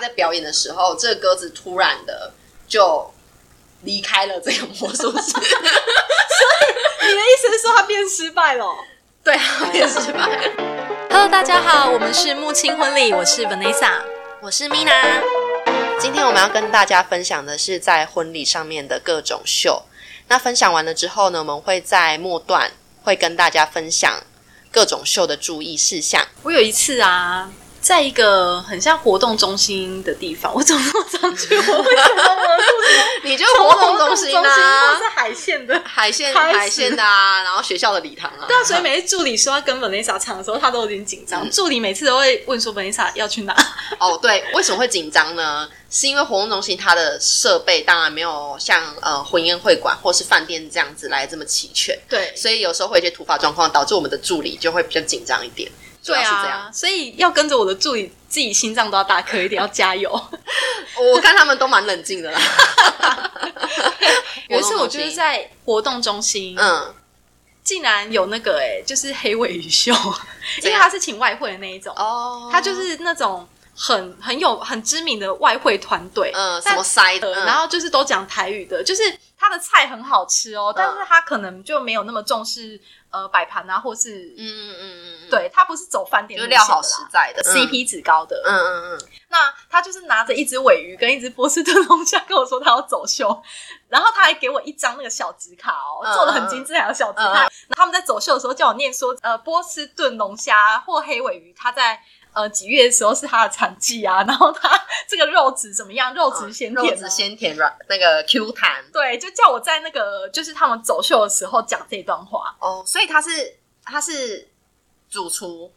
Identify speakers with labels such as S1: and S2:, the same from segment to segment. S1: 在表演的时候，这个鸽子突然的就离开了这个魔术 师，
S2: 你的意思是说他变失败了？
S1: 对啊，变失败了。
S3: Hello，大家好，我们是木青婚礼，我是 Vanessa，我是 Mina。
S1: 今天我们要跟大家分享的是在婚礼上面的各种秀。那分享完了之后呢，我们会在末段会跟大家分享各种秀的注意事项。
S2: 我有一次啊，在一个很像活动中心的地方，我怎么那么常去？我为什么我
S1: 你就活动中心
S2: 中
S1: 啊
S2: 都，是海鲜的。
S1: 海鲜
S2: 开始
S1: 海鲜的啊，然后学校的礼堂啊，
S2: 对啊，所以每次助理说要跟 Vanessa 唱的时候，他都有点紧张。助理每次都会问说 Vanessa 要去哪，
S1: 哦，对，为什么会紧张呢？是因为活动中心它的设备当然没有像呃婚宴会馆或是饭店这样子来这么齐全，
S2: 对啊
S1: 所以有时候会有一些突发状况，导致我们的助理就会比较紧张一点。主
S2: 对
S1: 要是这
S2: 啊
S1: 样，，
S2: 所以要跟着我的助理，自己心脏都要大颗一点，要加 油。
S1: 我看他们都蛮冷静的啦。
S2: 有一次我就是在活动中心，
S1: 嗯，
S2: 竟然有那个哎、就是黑尾 鱼秀，因
S1: 怎
S2: 为
S1: 样
S2: 他是请外汇的那一种，
S1: 哦
S2: 他就是那种很很有很知名的外汇团队，
S1: 呃什
S2: 但
S1: 么塞的，
S2: 呃
S1: 嗯
S2: 然后就是都讲台语的，就是他的菜很好吃
S1: 嗯
S2: 哦，但是他可能就没有那么重视呃摆盘啊，或是、
S1: 嗯嗯嗯嗯，嗯，
S2: 对他不是走饭店
S1: 就是
S2: 路线
S1: 料
S2: 的
S1: 好
S2: 啦
S1: 实在的嗯
S2: CP 值高的，
S1: 嗯嗯嗯，
S2: 那他就是拿着一只尾鱼跟一只波士顿龙虾跟我说他要走秀， 然后他还给我一张那个小纸卡哦，
S1: 嗯
S2: 做的很精致，还有小纸卡。然后他们在走秀的时候叫我念说，呃，波士顿龙虾或黑尾鱼，它在呃几月的时候是它的产季啊， 然后它这个肉质怎么样，肉质鲜
S1: 嗯肉
S2: 甜、啊
S1: 质。鲜甜软，那个 Q 弹
S2: 对，就叫我在那个就是他们走秀的时候讲这段话，
S1: 哦，所以他是他是主厨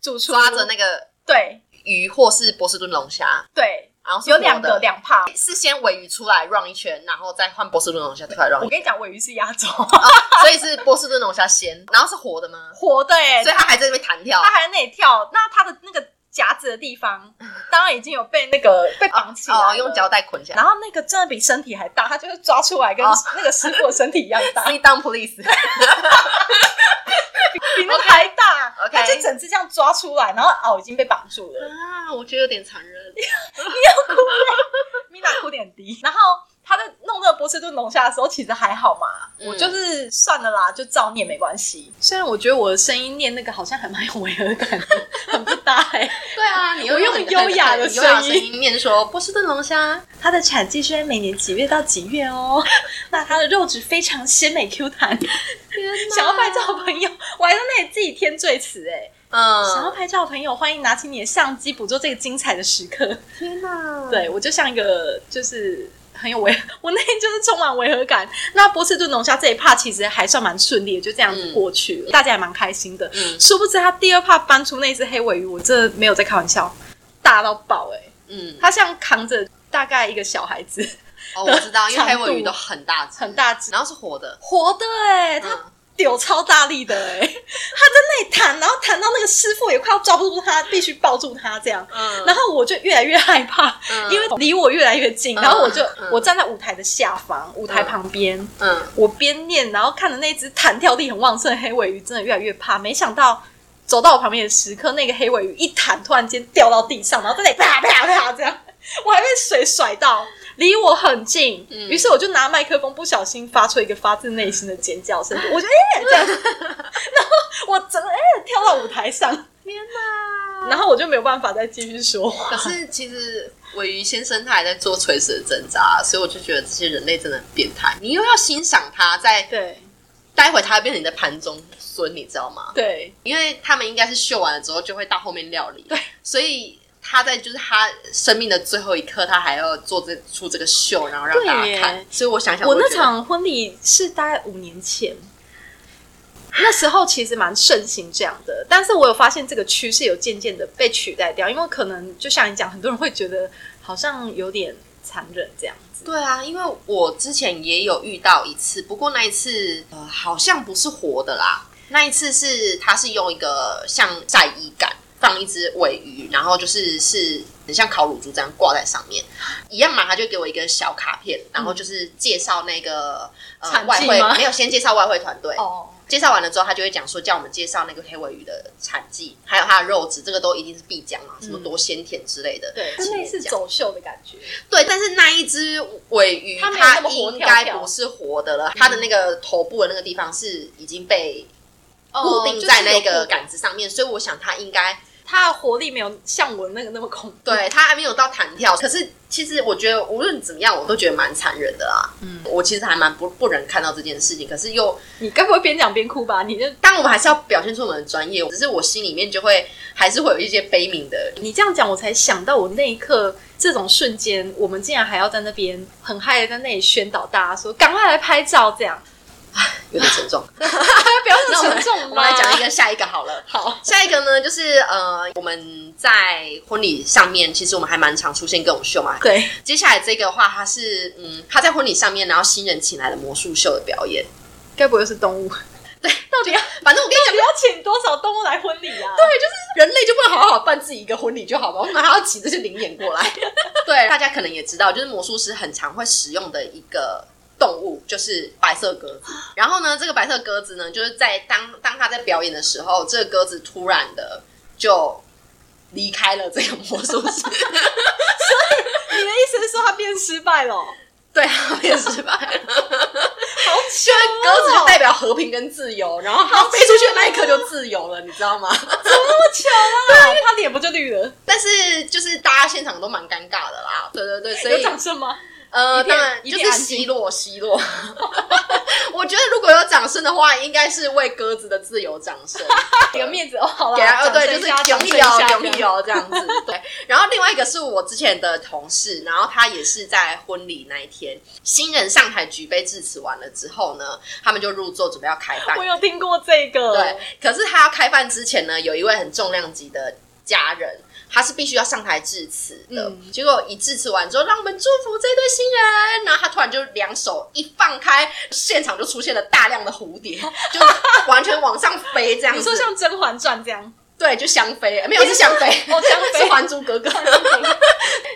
S2: 主厨
S1: 抓着那个
S2: 对
S1: 鱼或是波士顿龙虾，
S2: 对，
S1: 然后是
S2: 有
S1: 活
S2: 两
S1: 的
S2: 个两帕。
S1: 是先尾鱼出来 run 一圈，然后再换波士顿龙虾出来 run，
S2: 我
S1: 一圈哦
S2: 跟你讲，尾鱼是压轴，
S1: 所以是波士顿龙虾先，然后是活的吗？
S2: 活的哎、
S1: 所以它还在那边弹跳哦
S2: 他还在那里跳，那他的那个夹子的地方，当然已经有被那个被绑起来了
S1: 哦，用胶。带捆起来。
S2: 然后那个真的比身体还大，他就是抓出来跟
S1: 哦
S2: 那个师傅的身体一样大，
S1: Sit down, please。
S2: 比那个还大。
S1: OK
S2: 他就整只这样抓出来，然后哦已经被绑住了。
S1: 啊，我觉得有点残忍。
S2: 米娜哭点低，然后他在弄那个波士顿龙虾的时候，其实还好嘛，
S1: 嗯
S2: 我就是算了啦，就照念没关系。虽然我觉得我的声音念那个好像还蛮有违和感的，很不搭哎、
S1: 对啊，你又
S2: 我用
S1: 很
S2: 优雅的
S1: 很优雅
S2: 声
S1: 声
S2: 音
S1: 音念说波士顿龙虾，
S2: 它的产季是在每年几月到几月哦。 那它的肉质非常鲜美 Q 弹， 想要拍照的朋友，我还在那里自己添缀词哎。想要
S1: 嗯，
S2: 拍照的朋友，欢迎拿起你的相机，捕捉这个精彩的时刻。
S1: 天哪，
S2: 对我就像一个就是。很有违， 我那天就是充满违和感。那波士顿龙虾这一趴其实还算蛮顺利的，就这样子过去了，大家也蛮开心的。
S1: 嗯
S2: 殊不知他第二趴搬出那只黑尾鱼，我这没有在开玩笑，大到爆哎、
S1: 嗯，
S2: 他像扛着大概一个小孩子，
S1: 哦，我知道，因为
S2: 长
S1: 黑尾鱼
S2: 度
S1: 都很大只，
S2: 很大只，
S1: 然后是活的，
S2: 活的哎、欸，他
S1: 嗯，
S2: 丢超大力的哎、欸，他 在那里弹，然后弹到那个师傅也快要抓不住他，必须抱住他这样。
S1: 嗯
S2: 然后我就越来越害怕，
S1: 嗯
S2: 因为离我越来越近，
S1: 嗯
S2: 然后我就
S1: 嗯
S2: 我站在舞台的下方，舞台旁边，
S1: 嗯，
S2: 我边念，然后看着那只弹跳力很旺盛的黑尾鱼，真的越来越怕。没想到走到我旁边的时刻，那个黑尾鱼一弹，突然间掉到地上，然后在那里啪啪啪这样， 我还被水甩到，离我很近。
S1: 嗯
S2: 于是我就拿麦克风，不小心发出一个发自内心的尖叫声， 我就哎、这样，然后我整个哎、跳到舞台上，
S1: 天哪！
S2: 然后我就没有办法再继续说话。
S1: 可是其实尾鱼先生他还在做垂死的挣扎，所以我就觉得这些人类真的很变态。你又要欣赏他，在
S2: 对
S1: 待会他会变成你的盘中孙，你知道吗？
S2: 对，
S1: 因为他们应该是秀完了之后就会到后面料理，对，所以他在就是他生命的最后一刻，他还要做这出这个秀，然后让大
S2: 对
S1: 家
S2: 耶
S1: 看。所以我想想，
S2: 我
S1: 就
S2: 那
S1: 觉得
S2: 场婚礼是大概五年前，那时候其实蛮盛行这样的，但是我有发现这个趋势有渐渐的被取代掉，因为可能就像你讲，很多人会觉得好像有点残忍这样子。
S1: 对啊，因为我之前也有遇到一次，不过那一次呃好像不是活的啦，那一次是它是用一个像晒衣杆放一只尾鱼，然后就是是很像烤乳猪这样挂在上面，一样嘛，他就给我一个小卡片，然后就是介绍那个呃
S2: 嗯产
S1: 外
S2: 季
S1: 汇
S2: 吗，
S1: 没有先介绍外汇团队，
S2: 哦，
S1: 介绍完了之后，他就会讲说，叫我们介绍那个黑尾鱼的产季，还有它的肉质，这个都一定是必讲嘛，啊什么
S2: 嗯
S1: 多鲜甜之类的。
S2: 对，
S1: 请
S2: 就
S1: 你
S2: 类似
S1: 讲
S2: 走秀的感觉。
S1: 对，但是那一只尾鱼，
S2: 它没有
S1: 它
S2: 那么活
S1: 应
S2: 跳
S1: 该
S2: 跳嗯
S1: 不是活的了，它的那个头部的那个地方是已经被固
S2: 哦
S1: 定在那
S2: 就是有嗯
S1: 个
S2: 固
S1: 杆子上面，所以我想它应该
S2: 它的活力没有像我那个那么恐怖。
S1: 对它还没有到弹跳。可是其实我觉得无论怎么样，我都觉得蛮残忍的啦。嗯，我其实还蛮不不忍看到这件事情，可是又
S2: 你该不会边讲边哭吧？你就
S1: 但我们还是要表现出我们的专业，只是我心里面就会还是会有一些悲悯的。
S2: 你这样讲，我才想到我那一刻这种瞬间，我们竟然还要在那边很嗨的在那里宣导大家说赶快来拍照，这样
S1: 有点沉 重，
S2: 不要
S1: 那
S2: 那
S1: 我
S2: 么
S1: 们
S2: 沉重
S1: 我们来讲一
S2: 个
S1: 个下一个好了。
S2: 好，
S1: 下一个呢，就是呃，我们在婚礼上面，其实我们还蛮常出现各种秀嘛。
S2: 对，
S1: 接下来这个的话，它是嗯，他在婚礼上面，然后新人请来了魔术秀的表演。
S2: 该不会是动物？
S1: 对，到底反正我跟你
S2: 到
S1: 讲
S2: 底，要请多少动物来婚礼啊？
S1: 对，就是人类就不能好好办自己一个婚礼就好吗？为什么还要请这些灵眼过来？对，大家可能也知道，就是魔术师很常会使用的一个。动物就是白色鸽子，然后呢，这个白色鸽子呢，就是在当当他在表演的时候，这个鸽子突然的就离开了这个魔术师，
S2: 你的意思是说它变失败了？好
S1: 对，他也失败了。
S2: 糗哦，
S1: 鸽子就代表和平跟自由，然后它飞出去的那一刻就自由了，你知道吗？
S2: 多糗啊！它脸不就绿了？
S1: 但是就是大家现场都蛮尴尬的啦，对对对，所
S2: 有
S1: 以
S2: 掌声吗？
S1: 呃，
S2: 一片
S1: 当然
S2: 一
S1: 就
S2: 片
S1: 是
S2: 安
S1: 奚
S2: 静
S1: 落奚落。 我觉得如果有掌声的话，应该是为鸽子的自由掌声，
S2: 给个面子哦，好了，
S1: 给他哦， 对，
S2: 掌声
S1: 就
S2: 一
S1: 是勇
S2: 下掌声
S1: 力
S2: 一
S1: 哦，
S2: 下
S1: 勇力哦，这样子。对，然后另外一个是我之前的同事，然后他也是在婚礼那一天，新人上台举杯致辞完了之后呢，他们就入座准备要开饭
S2: 我。有听过这个，
S1: 对，，可是他要开饭之前呢，有一位很重量级的家人，他是必须要上台致辞的。
S2: 嗯
S1: 结果一致辞完之后，让我们祝福这对新人，然后他突然就两手一放开，现场就出现了大量的蝴 蝶，就完全往上飞这样
S2: 你
S1: 子。
S2: 说像《甄嬛传》这 样，
S1: 对，就香飞，没有是香飞，
S2: 哦香飞
S1: 是《还珠格格》。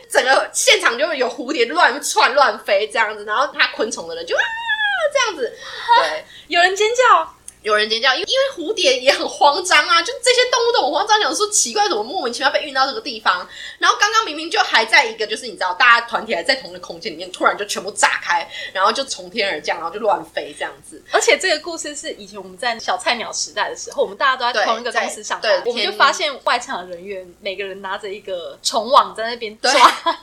S1: 整个现场就有蝴蝶乱窜乱飞这样子，然后他昆虫的人就啊这样子，对。
S2: 有人尖叫，
S1: 有人尖叫，因为因为蝴蝶也很慌张啊，就这些动物都很慌张，想说奇怪，怎么莫名其妙被运到这个地方？然后刚刚明明就还在一个，就是你知道，大家团体还在同一个空间里面，突然就全部炸开，然后就从天而降，然后就乱飞这样子。
S2: 而且这个故事是以前我们在小菜鸟时代的时候，我们大家都
S1: 对
S2: 在同一个公司上
S1: 在
S2: 班，
S1: 对
S2: 我们就
S1: 天
S2: 发现外场人员每个人拿着一个虫网在那边抓
S1: 对，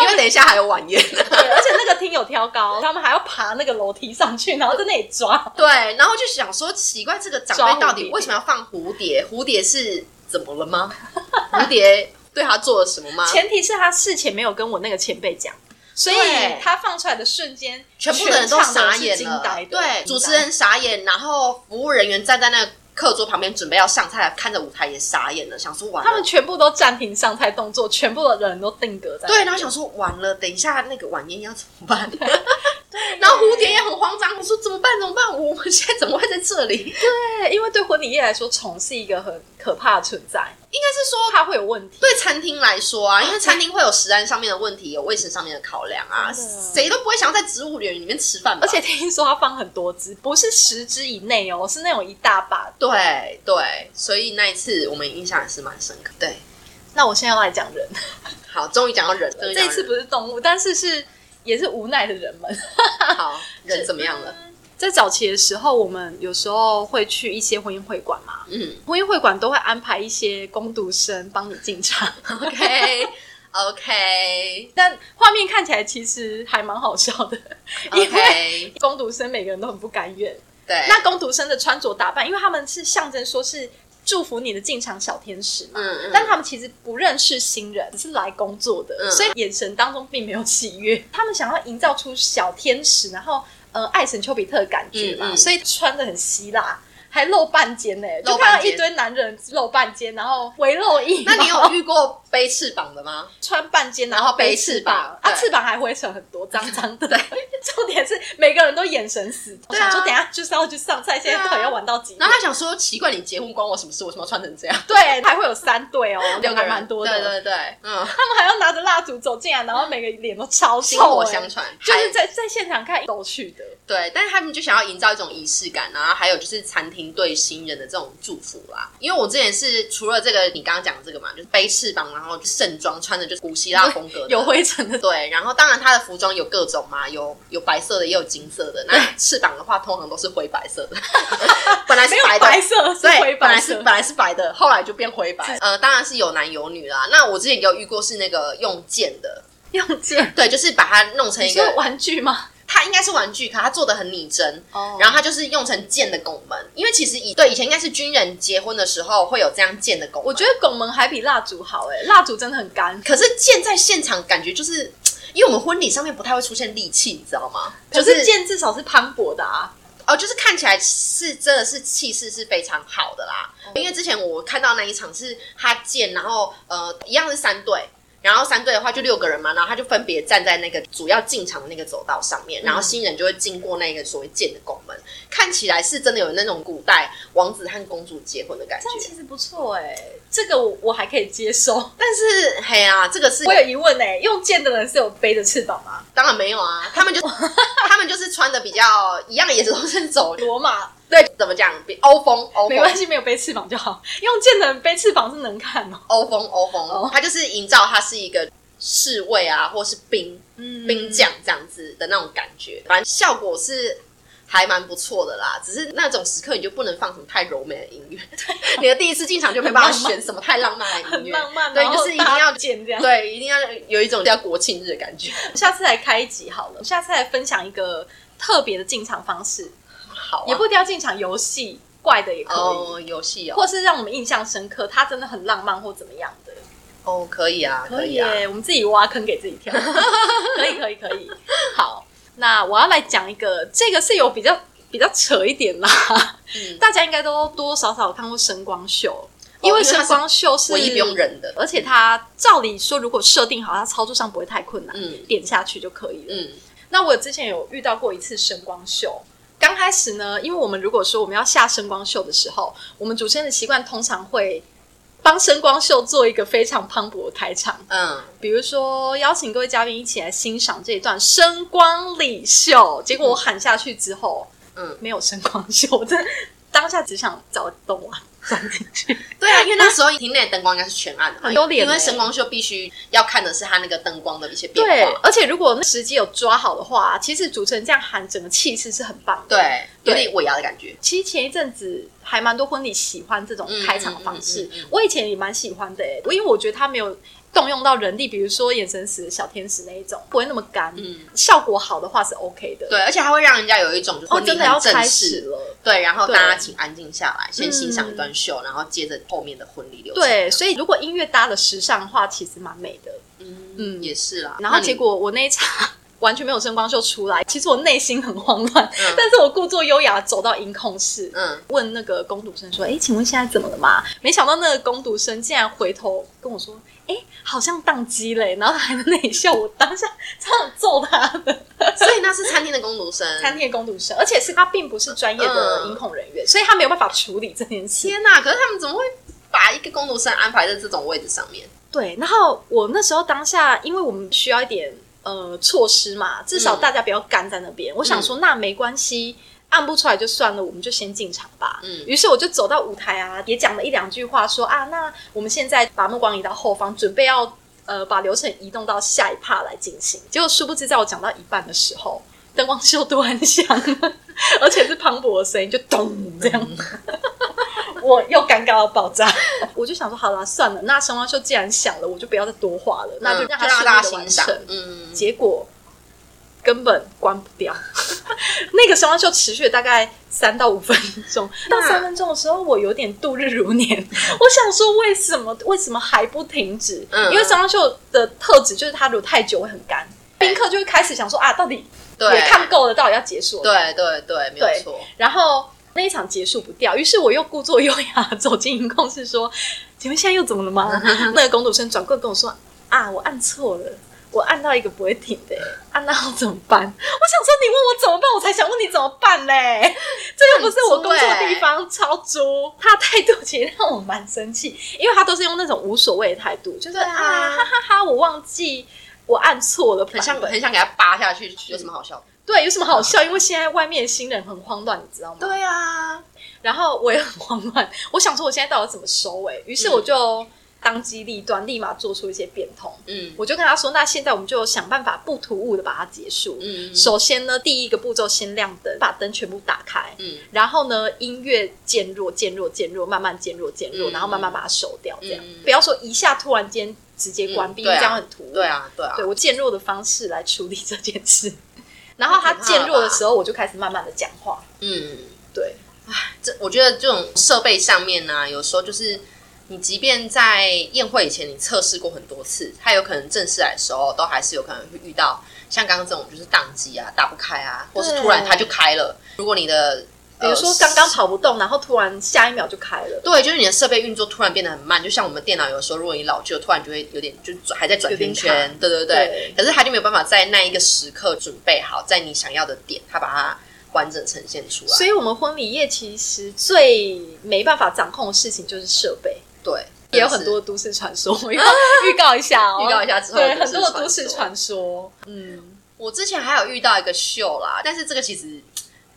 S1: 因为等一下还有晚宴，
S2: 对，而且那个厅有挑高，他们还要爬那个楼梯上去，然后在那里抓。
S1: 对，然后就想说奇怪，这个长
S2: 抓
S1: 辈
S2: 蝴
S1: 到底
S2: 蝶
S1: 为什么要放蝴蝶？蝴蝶是怎么了吗？蝴蝶对他做了什么吗？
S2: 前提是他事前没有跟我那个前辈讲，所以
S1: 对
S2: 他放出来的瞬间，
S1: 全部的人都
S2: 全场
S1: 傻
S2: 是
S1: 眼
S2: 惊
S1: 了，
S2: 呆的
S1: 对，
S2: 惊
S1: 主持
S2: 呆
S1: 人傻眼，然后服务人员站在那个课桌旁边准备要上菜，看着舞台也傻眼了，想说完了，
S2: 他们全部都暂停上菜动作，全部的人都定格在那里。
S1: 对，然后想说完了，等一下那个晚宴要怎么 办？然后蝴蝶也很慌张，我说怎么办？怎么办？我们现在怎么会在这 里？应
S2: 对，因为对婚礼业来说，虫是一个很可怕的存在，
S1: 该是说。
S2: 它会有问题。
S1: 对餐厅来说啊，因 为餐厅会有食安上面的问题，有卫生上面的考量啊，
S2: 真的
S1: 谁都不会想要在植物园里面吃饭吧。
S2: 而且听说它放很多只，不是十只以内哦，是那种一大把。
S1: 对对，所以那一次我们印象也是蛮深刻。对，
S2: 那我现在要来讲人，
S1: 好，终于讲到人了，
S2: 这一次不是动物，但是是也是无奈的人们。
S1: 好，人怎么样了？
S2: 在早期的时候，我们有时候会去一些婚姻会馆嘛，
S1: 嗯
S2: 婚姻会馆都会安排一些工读生帮你进场，
S1: ，OK OK
S2: 但画面看起来其实还蛮好笑的，因为
S1: OK，
S2: 工读生每个人都很不甘愿，
S1: 对，
S2: 那工读生的穿着打扮，因为他们是象征说是祝福你的进场小天使嘛，
S1: 嗯嗯
S2: 但他们其实不认识新人，只是来工作的，
S1: 嗯
S2: 所以眼神当中并没有喜悦。 他们想要营造出小天使，然后呃爱神丘比特的感觉嘛，
S1: 嗯嗯
S2: 所以穿的很希腊。还露半肩呢、
S1: 露
S2: 就
S1: 半
S2: 看到
S1: 肩
S2: 一堆男人露半肩，然后围露一。
S1: 那你有遇过背翅膀的吗？
S2: 穿半肩，
S1: 然后
S2: 后背
S1: 背翅膀
S2: 啊，
S1: 对
S2: 翅膀还灰尘很多，脏脏的。 重点是每个人都眼神死，我
S1: 对啊
S2: 想说等一下就是要去上菜，现在到底要玩到几点
S1: 然？后他想说，奇怪，你结婚关我什么事？我为什么要穿成 这样？
S2: 对，还会有三对哦，
S1: 六个
S2: 还
S1: 人
S2: 蛮多的。
S1: 对对对，嗯，
S2: 他 们还要拿着蜡烛走进来，然后每个脸都超
S1: 薪
S2: 臭、
S1: 火
S2: 欸
S1: 相传，
S2: 就是
S1: 还
S2: 在在现场看都去的。
S1: 对，但是他们就想要营造一种仪式感，然后还有就是餐厅对新人的这种祝福啦。因为我之前是除了这个，你刚刚讲的这个嘛，就是背翅膀，然后盛装穿的就是古希腊风格的，
S2: 有灰尘的，
S1: 对，然后当然它的服装有各种嘛，有有白色的，也有金色的。那翅膀的话，通常都是灰白 色的，本来是
S2: 没有
S1: 白的，
S2: 白色，是
S1: 对，
S2: 灰
S1: 本
S2: 白
S1: 来是
S2: 色
S1: 本。来是白的，后来就变灰白。呃，当然是有男有女啦。那我之前也有遇过是那个用剑的，
S2: 用剑，
S1: 对，就是把它弄成
S2: 你
S1: 一
S2: 说
S1: 个，
S2: 玩具吗？
S1: 它应该是玩具卡，它做的很拟真。
S2: 哦
S1: 然后它就是用成剑的拱门，因为其实以对以前应该是军人结婚的时候会有这样剑的拱门，
S2: 我觉得拱门还比蜡烛好哎、蜡烛真的很干。
S1: 可是剑在现场感觉就是，因为我们婚礼上面不太会出现利器，你知道吗？
S2: 可
S1: 就是是
S2: 剑至少是磅礴的啊，
S1: 哦，就是看起来是真的是气势是非常好的啦。
S2: 哦
S1: 因为之前我看到那一场是他剑，然后呃一样是三队。然后三队的话就六个人嘛，然后他就分别站在那个主要进场的那个走道上面，然
S2: 嗯
S1: 后新人就会经过那个所谓剑的拱门，看起来是真的有那种古代王子和公主结婚的感
S2: 这样
S1: 觉。
S2: 其实不错哎、这个我我还可以接受。
S1: 但是，嘿啊，这个是
S2: 我有疑问哎、用剑的人是有背着翅膀吗？
S1: 当然没有啊，他们 就他们就是穿的比较一样，也是都是走
S2: 罗马
S1: 对怎么讲，比欧风欧
S2: 没
S1: 风
S2: 关系，没有背翅膀就好。用剑的人背翅膀是能看哦、
S1: 欧风欧
S2: 哦
S1: 风，他就是营造他是一个侍卫啊，或是兵
S2: 嗯
S1: 兵将这样子的那种感觉，反正效果是。还蛮不错的啦，只是那种时刻你就不能放什么太柔美的音乐，你的第一次进场就没办法选什么太浪漫的
S2: 很
S1: 音
S2: 浪
S1: 乐，
S2: 漫，
S1: 对
S2: 然后
S1: 就是一定
S2: 搭
S1: 要
S2: 剑这样。
S1: 对，一定要有一种叫国庆日的感觉。
S2: 下次来开一集好了，下次来分享一个特别的进场方式，
S1: 好、啊，
S2: 也不一定要进场游戏，怪的也可以，
S1: 哦，游戏哦，
S2: 或是让我们印象深刻，它真的很浪漫或怎么样的，
S1: 哦，可以啊，可以
S2: 耶、
S1: 啊，
S2: 我们自己挖坑给自 己跳，可以可以可以，好，那我要来讲一个，这个是有比较比较扯一点啦，
S1: 嗯，哦
S2: 大家应该都多多少少有看过声光秀，
S1: 因为它是
S2: 声光秀是
S1: 唯一不用忍的，
S2: 而且它照理说，如果设定好，它操作上不会太困难，
S1: 嗯
S2: 点下去就可以了。
S1: 嗯，
S2: 那我之前有遇到过一次声光秀。刚开始呢，因为我们如果说我们要下声光秀的时候，我们主持人的习惯通常会帮声光秀做一个非常磅礴的开场，
S1: 嗯，
S2: 比如说邀请各位嘉宾一起来欣赏这一段声光礼秀。结果我喊下去之后，
S1: 嗯
S2: 没有声光秀，我真的当下只想找个洞啊钻进去。
S1: 对啊，因为那时候庭内灯光应该是全暗的嘛，
S2: 很丢脸
S1: 因为
S2: 欸
S1: 声光秀必须要看的是它那个灯光的一些
S2: 对
S1: 变化，，
S2: 而且如果那时机有抓好的话，其实主持人这样喊，整个气势是很棒的。
S1: 对，有
S2: 对
S1: 点尾牙的感觉。
S2: 其实前一阵子还蛮多婚礼喜欢这种开场方式，
S1: 嗯嗯嗯嗯嗯
S2: 我以前也蛮喜欢的、欸，因为我觉得他没有动用到人力，比如说眼神死的小天使那一种，不会那么干，
S1: 嗯
S2: 效果好的话是 OK 的。
S1: 对，而且它会让人家有一种就
S2: 哦，
S1: 婚礼
S2: 真的要
S1: 很
S2: 开
S1: 正
S2: 始
S1: 式，
S2: 了。
S1: 对，然后
S2: 对
S1: 大家请安静下来，先欣赏一段秀，然后接着后面的婚礼流程。
S2: 对，所以如果音乐搭的时尚的话，其实蛮美的。嗯
S1: 嗯，也是啦。
S2: 然后
S1: 那你
S2: 结果我那一场 完全没有声光秀出来，其实我内心很慌乱，
S1: 嗯
S2: 但是我故作优雅地走到音控室，
S1: 嗯，
S2: 问那个工读生说：“哎，请问现在怎么了嘛？”没想到那个工读生竟然回头跟我说：“哎，好像宕机嘞。”然后还在那里笑，我当下差点揍他的
S1: 所以那是餐厅的工读生。
S2: 餐厅的工读生，而且是他并不是专业的
S1: 嗯
S2: 音控人员，所以他没有办法处理这件事。
S1: 天呐！可是他们怎么会把一个工读生安排在这种位置上面？
S2: 对，然后我那时候当下，因为我们需要一点呃措施嘛，至少
S1: 嗯
S2: 大家不要干在那边。我想说，那没关系，按不出来就算了，我们就先进场吧。
S1: 嗯
S2: 于是我就走到舞台啊，也讲了一两句话说，啊，那我们现在把目光移到后方，准备要呃把流程移动到下一趴来进行。结果殊不知，在我讲到一半的时候，灯光秀突然响了，而且是磅礴的声音，就咚这样。我又尴尬到爆炸，嗯我就想说，好啦，算了，那声光秀既然响了，我就不要再多话了，那就
S1: 嗯
S2: 让它
S1: 就让
S2: 顺利
S1: 大家
S2: 的
S1: 欣
S2: 完
S1: 赏
S2: 成。。
S1: 嗯，
S2: 结果根本关不掉， 那个声光秀持续了大概三到五分钟，到三分钟的时候，我有点度日如年。我想说，为什么为什么还不停止？
S1: 嗯
S2: 因为声光秀的特质就是它如果太久会很干，宾客就会开始想说啊，到底
S1: 对，
S2: 也看够了，到底要结束了。
S1: 对对对，没有
S2: 对
S1: 错。
S2: 然后那一场结束不掉，于是我又故作优雅地走进音控室说：“请问现在又怎么 了吗？”那个工读生转过来跟我说：“啊，我按错了。”我按到一个不会停的、按到怎么办？我想说你问我怎么办，我才想问你怎么办嘞。这又不是我工作的地方，超猪。他的态度其实让我蛮生气，因为他都是用那种无所谓的态度，就是
S1: 对
S2: 啊
S1: 啊
S2: 哈哈哈，我忘记我按错了版本，
S1: 很想很想给他扒下去，有什么好笑的？
S2: 对，有什么好笑？因为现在外面的新人很慌乱，你知道吗？
S1: 对啊，
S2: 然后我也很慌乱， 我想说我现在到底怎么收尾？
S1: 嗯
S2: 于是我就当机立断，立马做出一些变通。
S1: 嗯
S2: 我就跟他说，那现在我们就想办法不突兀的把它结束。
S1: 嗯
S2: 首先呢，第一个步骤先亮灯，把灯全部打开。
S1: 嗯
S2: 然后呢，音乐渐弱、渐弱、渐弱，慢慢渐弱、渐弱，
S1: 嗯
S2: 然后慢慢把它收掉，这样、
S1: 嗯
S2: 不要说一下突然间直接关闭，
S1: 嗯对啊
S2: 这样很突兀。
S1: 对，啊对啊
S2: 对，我渐弱的方式来处理这件事。然后他渐弱的时候，我就开始慢慢的讲话。
S1: 嗯。
S2: 对，
S1: 这我觉得这种设备上面呢、啊有时候就是你即便在宴会以前你测试过很多次，它有可能正式来的时候都还是有可能会遇到像刚刚这种就是宕机啊、打不开啊，或是突然它就开了。如果你的
S2: 比如说刚刚跑不动，然后突然下一秒就开了，
S1: 对，就是你的设备运作突然变得很慢，就像我们电脑有时候，如果你老旧，突然就会有点就转还在转
S2: 有点
S1: 圈
S2: 卡
S1: 圈，对对对
S2: 对。
S1: 可是它就没有办法在那一个时刻准备好，在你想要的点，它把它完整呈现出来。
S2: 所以我们婚礼业其实最没办法掌控的事情就是设备。
S1: 对，
S2: 也有很多都市传说， 我要预告一下哦，
S1: 嗯预告一下之后
S2: 对
S1: 的都
S2: 很
S1: 市
S2: 多的
S1: 传
S2: 都市
S1: 说
S2: 传说，嗯，
S1: 我之前还有遇到一个秀啦，但是这个其实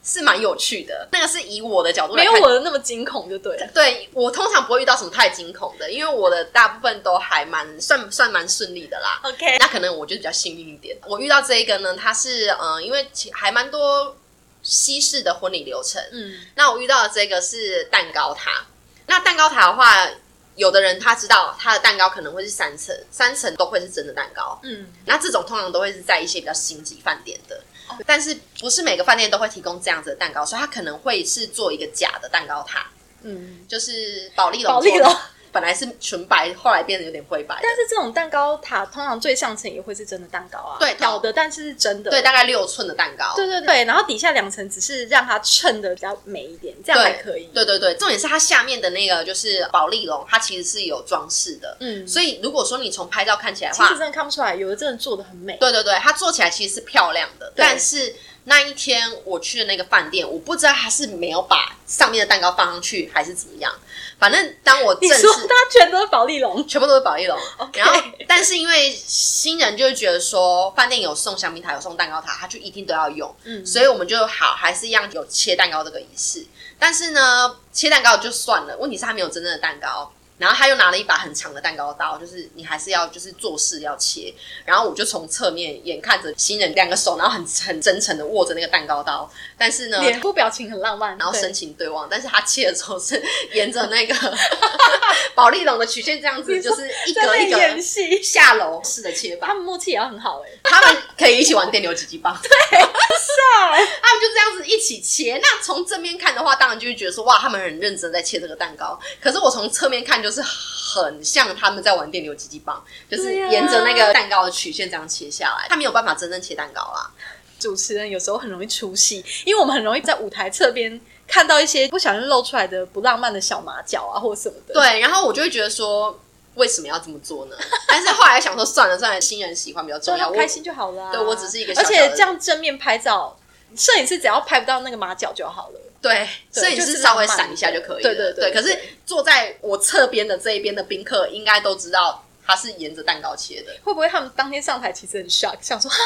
S1: 是蛮有趣的。那个是以我的角度来
S2: 没有
S1: 看，
S2: 我的那么惊恐就对了。
S1: 对我通常不会遇到什么太惊恐的，因为我的大部分都还蛮算算蛮顺利的啦。
S2: OK，
S1: 那可能我就比较幸运一点。我遇到这一个呢，它是嗯、呃因为其还蛮多西式的婚礼流程，
S2: 嗯，
S1: 那我遇到的这个是蛋糕塔。那蛋糕塔的话，有的人他知道他的蛋糕可能会是三层，三层都会是真的蛋糕。
S2: 嗯，
S1: 那这种通常都会是在一些比较星级饭店的，但是不是每个饭店都会提供这样子的蛋糕，所以它可能会是做一个假的蛋糕塔，
S2: 嗯，
S1: 就是保利龙
S2: 保
S1: 做的。
S2: 利龙
S1: 本来是纯白，后来变得有点灰白的，
S2: 但是这种蛋糕塔通常最上层也会是真的蛋糕啊，
S1: 对
S2: 倒的，但是是真的，
S1: 对，大概六寸的蛋糕。
S2: 对对对，然后底下两层只是让它衬的比较美一点，这样
S1: 对
S2: 还可以，
S1: 对对对，重点是它下面的那个就是保利龙，它其实是有装饰的，
S2: 嗯，
S1: 所以如果说你从拍照看起来的
S2: 其
S1: 话
S2: 实，真的看不出来，有的真的做的很美，
S1: 对对对，它做起来其实是漂亮的，
S2: 对
S1: 但是那一天我去的那个饭店，我不知道它是没有把上面的蛋糕放上去，还是怎么样。反正当我
S2: 你
S1: 正
S2: 说
S1: 式
S2: 它全都是宝丽龙，
S1: 全部都是保利龙
S2: OK
S1: 然后但是因为新人就会觉得说饭店有送香槟塔，有送蛋糕塔，他就一定都要用，
S2: 嗯
S1: 所以我们就好还是一样有切蛋糕这个仪式。但是呢，切蛋糕就算了，问题是他没有真正的蛋糕。然后他又拿了一把很长的蛋糕刀，就是你还是要就是做事要切。然后我就从侧面眼看着新人两个手，然后很很真诚的握着那个蛋糕刀，但是呢，
S2: 脸部表情很浪漫，
S1: 呃然后
S2: 对
S1: 深情对望，但是他切的时候是沿着那个 保利龙的曲线这样子，
S2: 你
S1: 就
S2: 说
S1: 是一
S2: 在
S1: 格
S2: 那
S1: 一
S2: 里演
S1: 格
S2: 戏，
S1: 下楼式的切
S2: 他
S1: 法。
S2: 们默契也要很好哎，
S1: 他们可以一起玩电流几级 棒，对，他们就这样子一起切。那从正面看的话，当然就会觉得说哇，他们很认真在切这个蛋糕。可是我从侧面看，就是很像他们在玩电流几级棒，就是
S2: 对啊
S1: 沿着那个蛋糕的曲线这样切下来。他没有办法真正切蛋糕啦，
S2: 主持人有时候很容易出戏，因为我们很容易在舞台侧边看到一些不小心露出来的不浪漫的小马脚啊，或什么的。，
S1: 对，然后我就会觉得说，为什么要这么做呢？ 但是后来想说，算了算了，新人喜欢比较重要，
S2: 要
S1: 啊我
S2: 啊开心就好啦。
S1: 对我只是一个小
S2: 而
S1: 小的
S2: 且这样正面拍照，摄影师只要拍不到那个马脚就好了。
S1: 对，
S2: 对
S1: 摄影
S2: 就
S1: 师
S2: 是
S1: 稍微
S2: 浪漫
S1: 闪一下就可以了。
S2: 对对对
S1: 可是
S2: 对
S1: 坐在我侧边的这一边的宾客，应该都知道他是沿着蛋糕切的。
S2: 会不会他们当天上台其实很 shock，想说哈，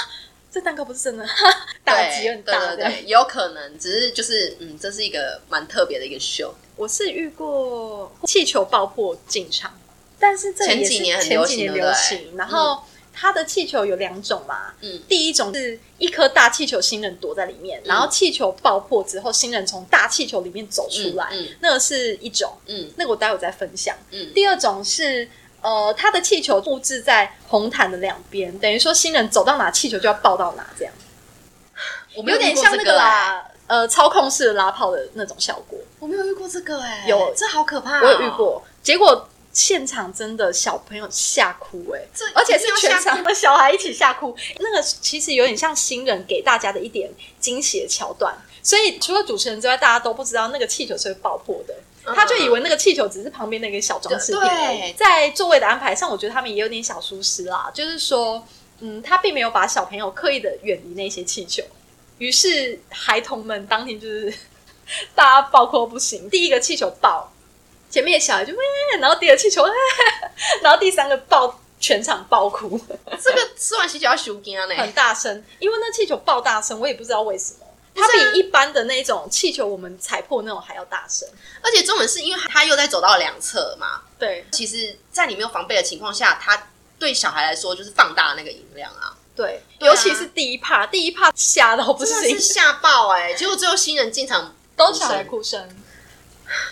S2: 这蛋糕不是真的，哈，打击很大
S1: 对
S2: 的。
S1: 对对，有可能，只是就是嗯，这是一个蛮特别的一个秀。
S2: 我是遇过气球爆破进场，但是这
S1: 前
S2: 也
S1: 几
S2: 是
S1: 年很
S2: 前
S1: 流
S2: 几
S1: 行
S2: 年
S1: 对
S2: 流
S1: 不对
S2: 行，然后它的气球有两种嘛，
S1: 嗯
S2: 第一种是一颗大气球，新人躲在里面，然后气球爆破之后，新人从大气球里面走出来，
S1: 嗯嗯
S2: 那个是一种，
S1: 嗯
S2: 那个我待会再分享。
S1: 嗯，
S2: 第二种是。呃，它的气球布置在红毯的两边，等于说新人走到哪，气球就要爆到哪，这样
S1: 我没
S2: 有
S1: 遇
S2: 点
S1: 过
S2: 像
S1: 这
S2: 那
S1: 个欸，
S2: 啦，呃，操控式的拉炮的那种效果。
S1: 我没有遇过这个哎，
S2: 有
S1: 这好可怕，
S2: 我有遇，过，结果现场真的小朋友吓哭哎、
S1: 这
S2: 而且
S1: 一
S2: 是
S1: 定要
S2: 全
S1: 吓
S2: 场的小孩一起吓哭，那个其实有点像新人给大家的一点惊喜的桥段。所以除了主持人之外，大家都不知道那个气球是会爆破的。
S1: 嗯
S2: 他就以为那个气球只是旁边那个小装饰品而已。
S1: 对
S2: 在座位的安排上，我觉得他们也有点小疏失啦，就是说，嗯，他并没有把小朋友刻意的远离那些气球，于是孩童们当天就是 大家爆哭不行，第一个气球爆，前面的小孩就喂，然后第二个气球，哎 然后第三个爆，全场爆哭，
S1: 这个吃完喜酒要修惊呢，
S2: 很大声，因为那气球爆大声，我也不知道为什么。它
S1: 是啊
S2: 比一般的那种气球，我们踩破那种还要大声。
S1: 而且重点是因为他又在走到两侧嘛，
S2: 对
S1: 其实，在你没有防备的情况下，他对小孩来说就是放大那个音量啊，
S2: 对，
S1: 对啊
S2: 尤其是第一趴，第一趴吓到不
S1: 真的
S2: 行
S1: 是，吓爆哎、结果最后新人进场
S2: 都小孩哭声。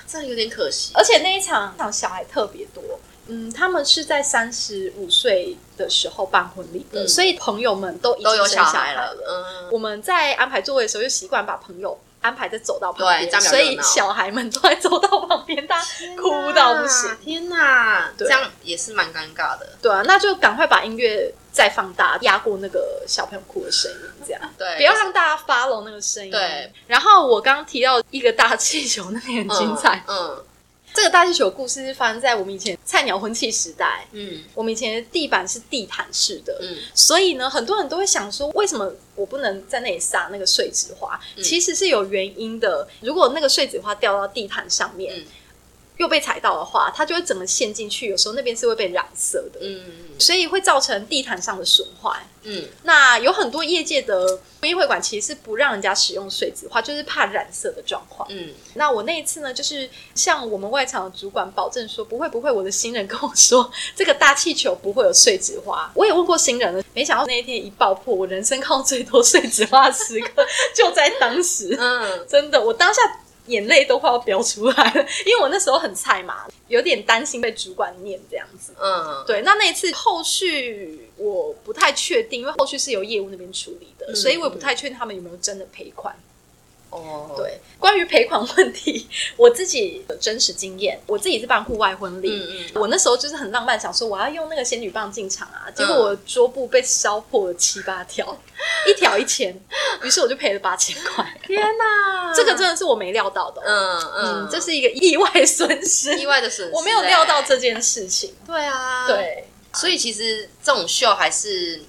S1: 真的有点可惜。
S2: 而且那一场那场小孩特别多，嗯，他们是在三十五岁的时候办婚礼的，
S1: 嗯
S2: 所以朋友们都已经
S1: 都有
S2: 生小
S1: 孩
S2: 了
S1: 了，。嗯，
S2: 我们在安排座位的时候，就习惯把朋友安排在走道旁
S1: 对
S2: 边，
S1: 这样比较
S2: 所以
S1: 热闹
S2: 小孩们都在走道旁边，大家哭到不行。
S1: 天哪，
S2: 对
S1: 这样也是蛮尴尬的。
S2: 对啊，那就赶快把音乐再放大，压过那个小朋友哭的声音，这样。
S1: 对，
S2: 不要让大家 follow 那个声音。
S1: 对。
S2: 然后我刚提到一个大气球，那个很
S1: 嗯
S2: 精彩。
S1: 嗯
S2: 这个大气球的故事是发生在我们以前菜鸟婚庆时代。
S1: 嗯
S2: 我们以前的地板是地毯式的，
S1: 嗯
S2: 所以呢，很多人都会想说，为什么我不能在那里撒那个碎纸花？
S1: 嗯
S2: 其实是有原因的。如果那个碎纸花掉到地毯上面，
S1: 嗯
S2: 又被踩到的话，它就会整个陷进去。有时候那边是会被染色的，
S1: 嗯
S2: 所以会造成地毯上的损坏。
S1: 嗯
S2: 那有很多业界的婚姻会馆其实是不让人家使用水质化，就是怕染色的状况。
S1: 嗯，
S2: 那我那一次呢，就是向我们外场的主管保证说，不会不会，我的新人跟我说，这个大气球不会有碎纸花。我也问过新人了，没想到那一天一爆破，我人生看到最多碎纸花的时刻就在当时。
S1: 嗯
S2: 真的，我当下眼泪都快要飙出来了，因为我那时候很菜嘛，有点担心被主管念这样子。
S1: 嗯
S2: 对，那那一次后续我不太确定，因为后续是由业务那边处理的，
S1: 嗯
S2: 所以我也不太确定他们有没有真的赔款。
S1: 哦，
S2: 对，关于赔款问题， 我自己有真实经验，我自己是办户外婚礼。
S1: 嗯嗯，
S2: 我那时候就是很浪漫，想说我要用那个仙女棒进场啊，结果我桌布被烧破了七八条， 一条一千，于是我就赔了八千块。
S1: 天哪，
S2: 这个真的是我没料到的哦，
S1: 嗯
S2: 嗯，
S1: 嗯，
S2: 这是一个意外损失，
S1: 意外的损失，
S2: 我没有料到
S1: 欸
S2: 这件事情。
S1: 对啊，，
S2: 对，
S1: 所以其实这种秀还是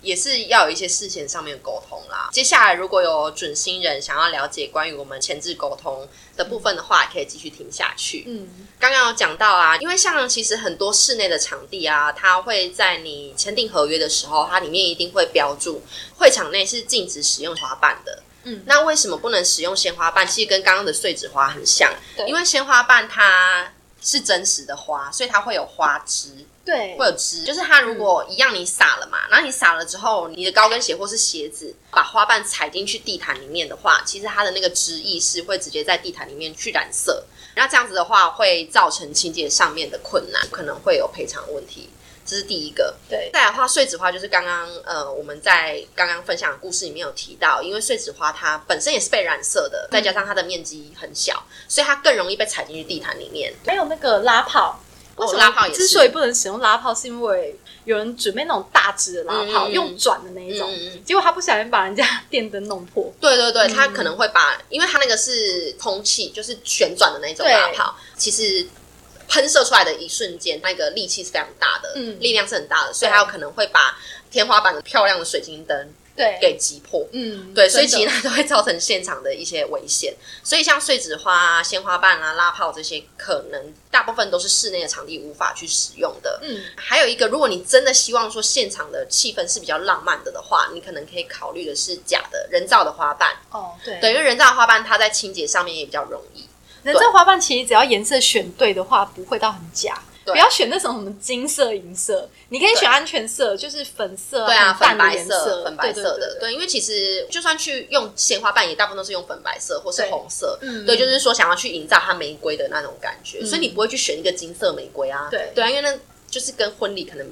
S1: 也是要有一些事前上面的沟通啦。接下来如果有准新人想要了解关于我们前置沟通的部分的话，可以继续听下去。
S2: 嗯，
S1: 刚刚有讲到啊，因为像其实很多室内的场地啊，它会在你签订合约的时候，它里面一定会标注会场内是禁止使用滑板的。
S2: 嗯
S1: 那为什么不能使用鲜花瓣？其实跟刚刚的碎纸花很像，
S2: 对
S1: 因为鲜花瓣它是真实的花，所以它会有花枝。
S2: 对，
S1: 会有汁，就是它如果一样你撒了
S2: 嗯
S1: 嘛，然后你撒了之后，你的高跟鞋或是鞋子把花瓣踩进去地毯里面的话，其实它的那个汁液是会直接在地毯里面去染色。那这样子的话，会造成清洁上面的困难，可能会有赔偿问题。这是第一个。
S2: 对，
S1: 再来的话，碎纸花就是刚刚呃我们在刚刚分享的故事里面有提到，因为碎纸花它本身也是被染色
S2: 嗯
S1: 的，再加上它的面积很小，所以它更容易被踩进去地毯里面。
S2: 还有那个拉炮，
S1: 哦
S2: 为什么
S1: 拉炮也是
S2: 之所以不能使用拉炮，是因为有人准备那种大只的拉
S1: 嗯
S2: 炮，
S1: 嗯嗯
S2: 用转的那一种，
S1: 嗯嗯嗯
S2: 结果他不小心把人家电灯弄破。
S1: 对对
S2: 嗯
S1: 对，它可能会把，因为它那个是空气，就是旋转的那种
S2: 对
S1: 大炮，其实喷射出来的一瞬间，那个力气是非常大的，
S2: 嗯
S1: 力量是很大的，所以它有可能会把天花板的漂亮的水晶灯
S2: 对
S1: 给击破。
S2: 嗯，
S1: 对，所以其
S2: 真
S1: 实它
S2: 的
S1: 都会造成现场的一些危险。所以像碎纸花啊、鲜花瓣啊、拉炮这些，可能大部分都是室内的场地无法去使用的。
S2: 嗯，
S1: 还有一个，如果你真的希望说现场的气氛是比较浪漫的的话，你可能可以考虑的是假的人造的花瓣。
S2: 哦，对，
S1: 对，因为人造花瓣它在清洁上面也比较容易。
S2: 人造花瓣其实只要颜色选对的话，不会到很假。
S1: 对
S2: 不要选那种什么金色、银色，你可以选安全色，就是粉色、
S1: 对啊，
S2: 呃很
S1: 粉
S2: 淡的
S1: 白
S2: 颜色、
S1: 粉白色的，
S2: 对对对对
S1: 因为其实就算去用鲜花瓣，也大部分都是用粉白色或是
S2: 对
S1: 红色。
S2: 嗯
S1: 对，就是说想要去营造它玫瑰的那种感觉，
S2: 嗯
S1: 所以你不会去选一个金色玫瑰啊。
S2: 对
S1: 对啊，因为那就是跟婚礼可能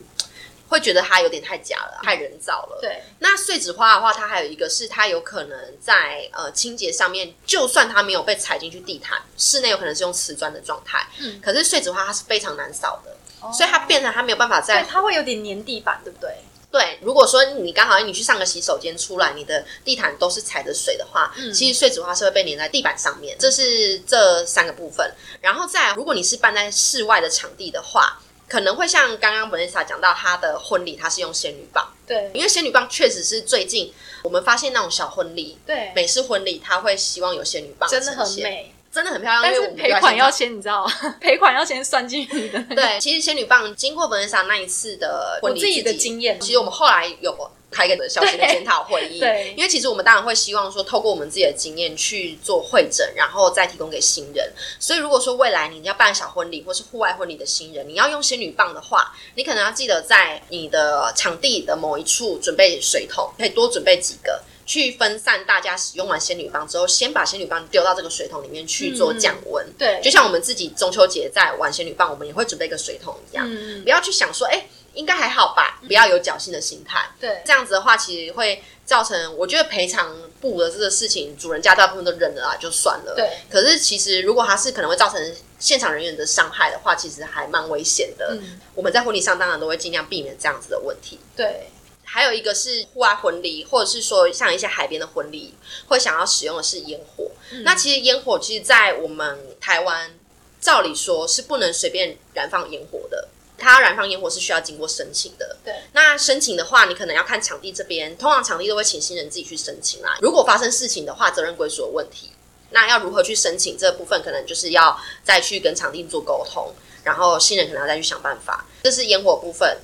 S1: 会觉得它有点太假了，太人造了。。
S2: 对
S1: 那碎纸花的话，它还有一个是它有可能在呃清洁上面，就算它没有被踩进去地毯，室内有可能是用瓷砖的状态，
S2: 嗯哦
S1: 可是碎纸花它是非常难扫的，所以它变成它没有办法在
S2: 对，它会有点粘地板，对不对？
S1: 对，如果说你刚好你去上个洗手间出来，你的地毯都是踩着水的话，
S2: 嗯
S1: 其实碎纸花是会被粘在地板上面。这是这三个部分，然后再来如果你是办在室外的场地的话，可能会像刚刚 Vanessa 讲到，她的婚礼她是用仙女棒，
S2: 对
S1: 因为仙女棒确实是最近我们发现那种小婚礼，
S2: 对，
S1: 美式婚礼，他会希望有仙女棒，
S2: 真的很，美。
S1: 真的很漂亮。
S2: 但
S1: 因为
S2: 是
S1: 我们
S2: 赔
S1: 就在
S2: 款
S1: 现
S2: 要
S1: 场
S2: 先，你知道， 赔款要先算进去的。
S1: 对，其实仙女棒经过 Vanessa 那一次的
S2: 我
S1: 婚礼
S2: 自己的
S1: 季
S2: 经验
S1: 其实我们后来有开一个小型的检讨会议，
S2: 对
S1: 因为其实我们当然会希望说，透过我们自己的经验去做会诊，然后再提供给新人。所以如果说未来你要办小婚礼或是户外婚礼的新人，你要用仙女棒的话，你可能要记得在你的场地的某一处准备水桶，可以多准备几个。去分散大家使用完仙女棒之后，先把仙女棒丢到这个水桶里面去做降温。
S2: 嗯对
S1: 就像我们自己中秋节在玩仙女棒，我们也会准备一个水桶一样。
S2: 嗯，
S1: 不要去想说，哎、应该还好吧，不要有侥幸的心态。
S2: 嗯对
S1: 这样子的话，其实会造成，我觉得赔偿部的这个事情，主人家大部分都忍了啊，就算了。
S2: 对。
S1: 可是其实如果它是可能会造成现场人员的伤害的话，其实还蛮危险的。
S2: 嗯
S1: 我们在婚礼上当然都会尽量避免这样子的问题。
S2: 对，
S1: 还有一个是户外婚礼，或者是说像一些海边的婚礼，会想要使用的是烟火。那其实烟火其实，在我们台湾，照理说是不能随便燃放烟火的。它燃放烟火是需要经过申请的。
S2: 对
S1: 那申请的话，你可能要看场地这边，通常场地都会请新人自己去申请啦。如果发生事情的话，责任归属的问题，那要如何去申请这部分，可能就是要再去跟场地做沟通，然后新人可能要再去想办法。这是烟火部分。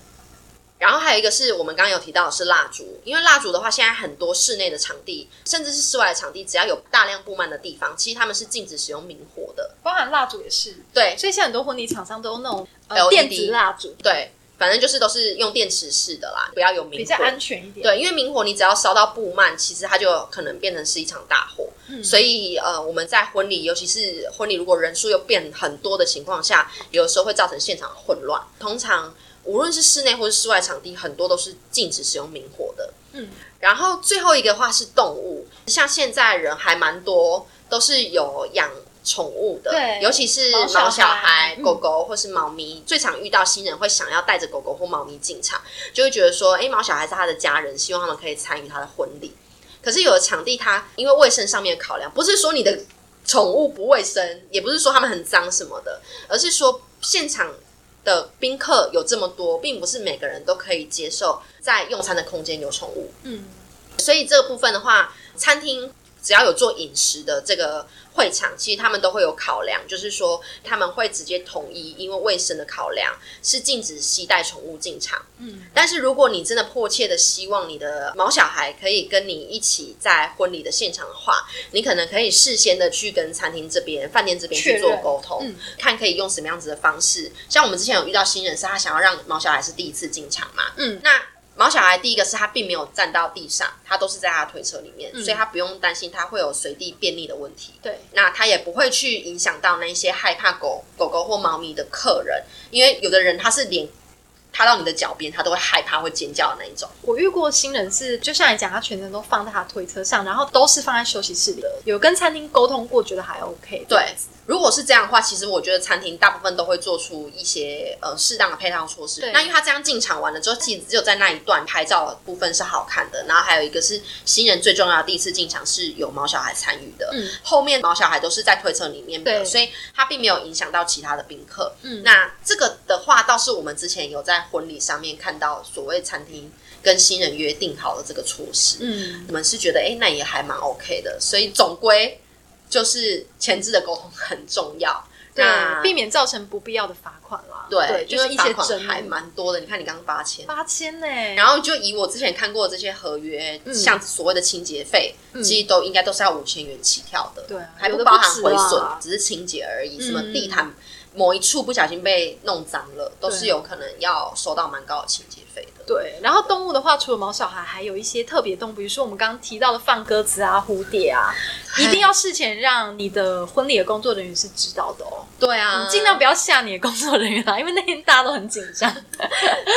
S1: 然后还有一个是我们刚刚有提到的是蜡烛，因为蜡烛的话，现在很多室内的场地，甚至是室外的场地，只要有大量布满的地方，其实他们是禁止使用明火的。
S2: 包含蜡烛也是。
S1: 对
S2: 所以现在很多婚礼厂商都用那种呃
S1: LED
S2: 电子蜡烛，
S1: 对，反正就是都是用电池式的啦，不要有明火。
S2: 比较安全一点。
S1: 对，因为明火你只要烧到布幔，其实它就可能变成是一场大火。
S2: 嗯
S1: 所以呃，我们在婚礼，尤其是婚礼如果人数又变很多的情况下，有的时候会造成现场混乱。通常无论是室内或是室外场地，很多都是禁止使用明火的。
S2: 嗯，
S1: 然后最后一个话是动物，像现在人还蛮多都是有养。宠物的，
S2: 对
S1: 尤其是
S2: 毛
S1: 毛
S2: 小
S1: 小
S2: 孩
S1: 孩、
S2: 嗯
S1: 狗狗或是猫咪，最常遇到新人会想要带着狗狗或猫咪进场，就会觉得说，诶，毛小孩是他的家人，希望他们可以参与他的婚礼。可是有的场地它因为卫生上面的考量，不是说你的宠物不卫生，也不是说他们很脏什么的，而是说现场的宾客有这么多，并不是每个人都可以接受在用餐的空间有宠物。
S2: 嗯，
S1: 所以这个部分的话，餐厅只要有做饮食的这个会场，其实他们都会有考量，就是说他们会直接统一，因为卫生的考量是禁止携带宠物进场。嗯，但是如果你真的迫切的希望你的毛小孩可以跟你一起在婚礼的现场的话，你可能可以事先的去跟餐厅这边、饭店这边
S2: 确
S1: 去做
S2: 认嗯
S1: 沟通，看可以用什么样子的方式。像我们之前有遇到新人是他想要让毛小孩是第一次进场嘛，
S2: 嗯
S1: 那毛小孩第一个是他并没有站到地上，他都是在他的推车里
S2: 嗯
S1: 面，所以他不用担心他会有随地便利的问题。
S2: 对，
S1: 那他也不会去影响到那些害怕狗狗狗或猫咪的客人，因为有的人他是连踏到你的脚边，他都会害怕会尖叫的那一种。
S2: 我遇过新人是，就像你讲，他全程都放在他推车上，然后都是放在休息室里的。有跟餐厅沟通过，觉得还 OK。
S1: 对，如果是这样的话，其实我觉得餐厅大部分都会做出一些呃适当的配套措施
S2: 对。
S1: 那因为他这样进场完了之后，其实只有在那一段拍照的部分是好看的，然后还有一个是新人最重要的第一次进场是有毛小孩参与的，
S2: 嗯
S1: 后面毛小孩都是在推车里面
S2: 对
S1: 的，所以他并没有影响到其他的宾客。嗯，那这个的话倒是我们之前有在婚礼上面看到所谓餐厅跟新人约定好的这个措施，
S2: 嗯，
S1: 我们是觉得，哎、那也还蛮 OK 的。所以总归就是前置的沟通很重要。那
S2: 对，避免造成不必要的罚款啦。
S1: 对，
S2: 就
S1: 因为
S2: 是一
S1: 罚
S2: 些
S1: 款
S2: 争
S1: 还
S2: 议
S1: 蛮多的。你看，你刚刚八千，
S2: 八千呢、
S1: 然后就以我之前看过的这些合约，
S2: 嗯
S1: 像所谓的清洁费，其实都应该都是要五千元起跳的，
S2: 对啊
S1: 还
S2: 有
S1: 不
S2: 的啊
S1: 包
S2: 不
S1: 含
S2: 止
S1: 毁损
S2: 啦，
S1: 只是清洁而
S2: 嗯
S1: 已。什么地毯某一处不小心被弄脏了，都是
S2: 对
S1: 有可能要收到蛮高的清洁费的。
S2: 对，然后动物的话，除了毛小孩，还有一些特别动物，比如说我们刚刚提到的放鸽子啊、蝴蝶啊，一定要事前让你的婚礼的工作人员是知道的哦。
S1: 对啊，
S2: 尽量不要吓你的工作人员啦，因为那天大家都很紧张。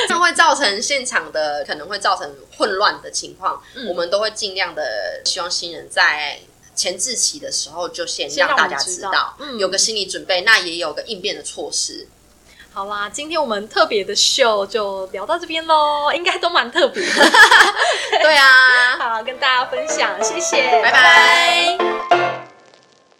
S1: 这样会造成现场的可能会造成混乱的情况，
S2: 嗯
S1: 我们都会尽量的希望新人在前置期的时候就先
S2: 先
S1: 让
S2: 让
S1: 大
S2: 我们
S1: 家
S2: 知
S1: 知
S2: 道
S1: 道，
S2: 嗯
S1: 有个心理准备，那也有个应变的措施。
S2: 好啦，今天我们特别的秀就聊到这边喽，应该都蛮特别的，
S1: 对啊，
S2: 好跟大家分享，谢谢，
S1: 拜拜。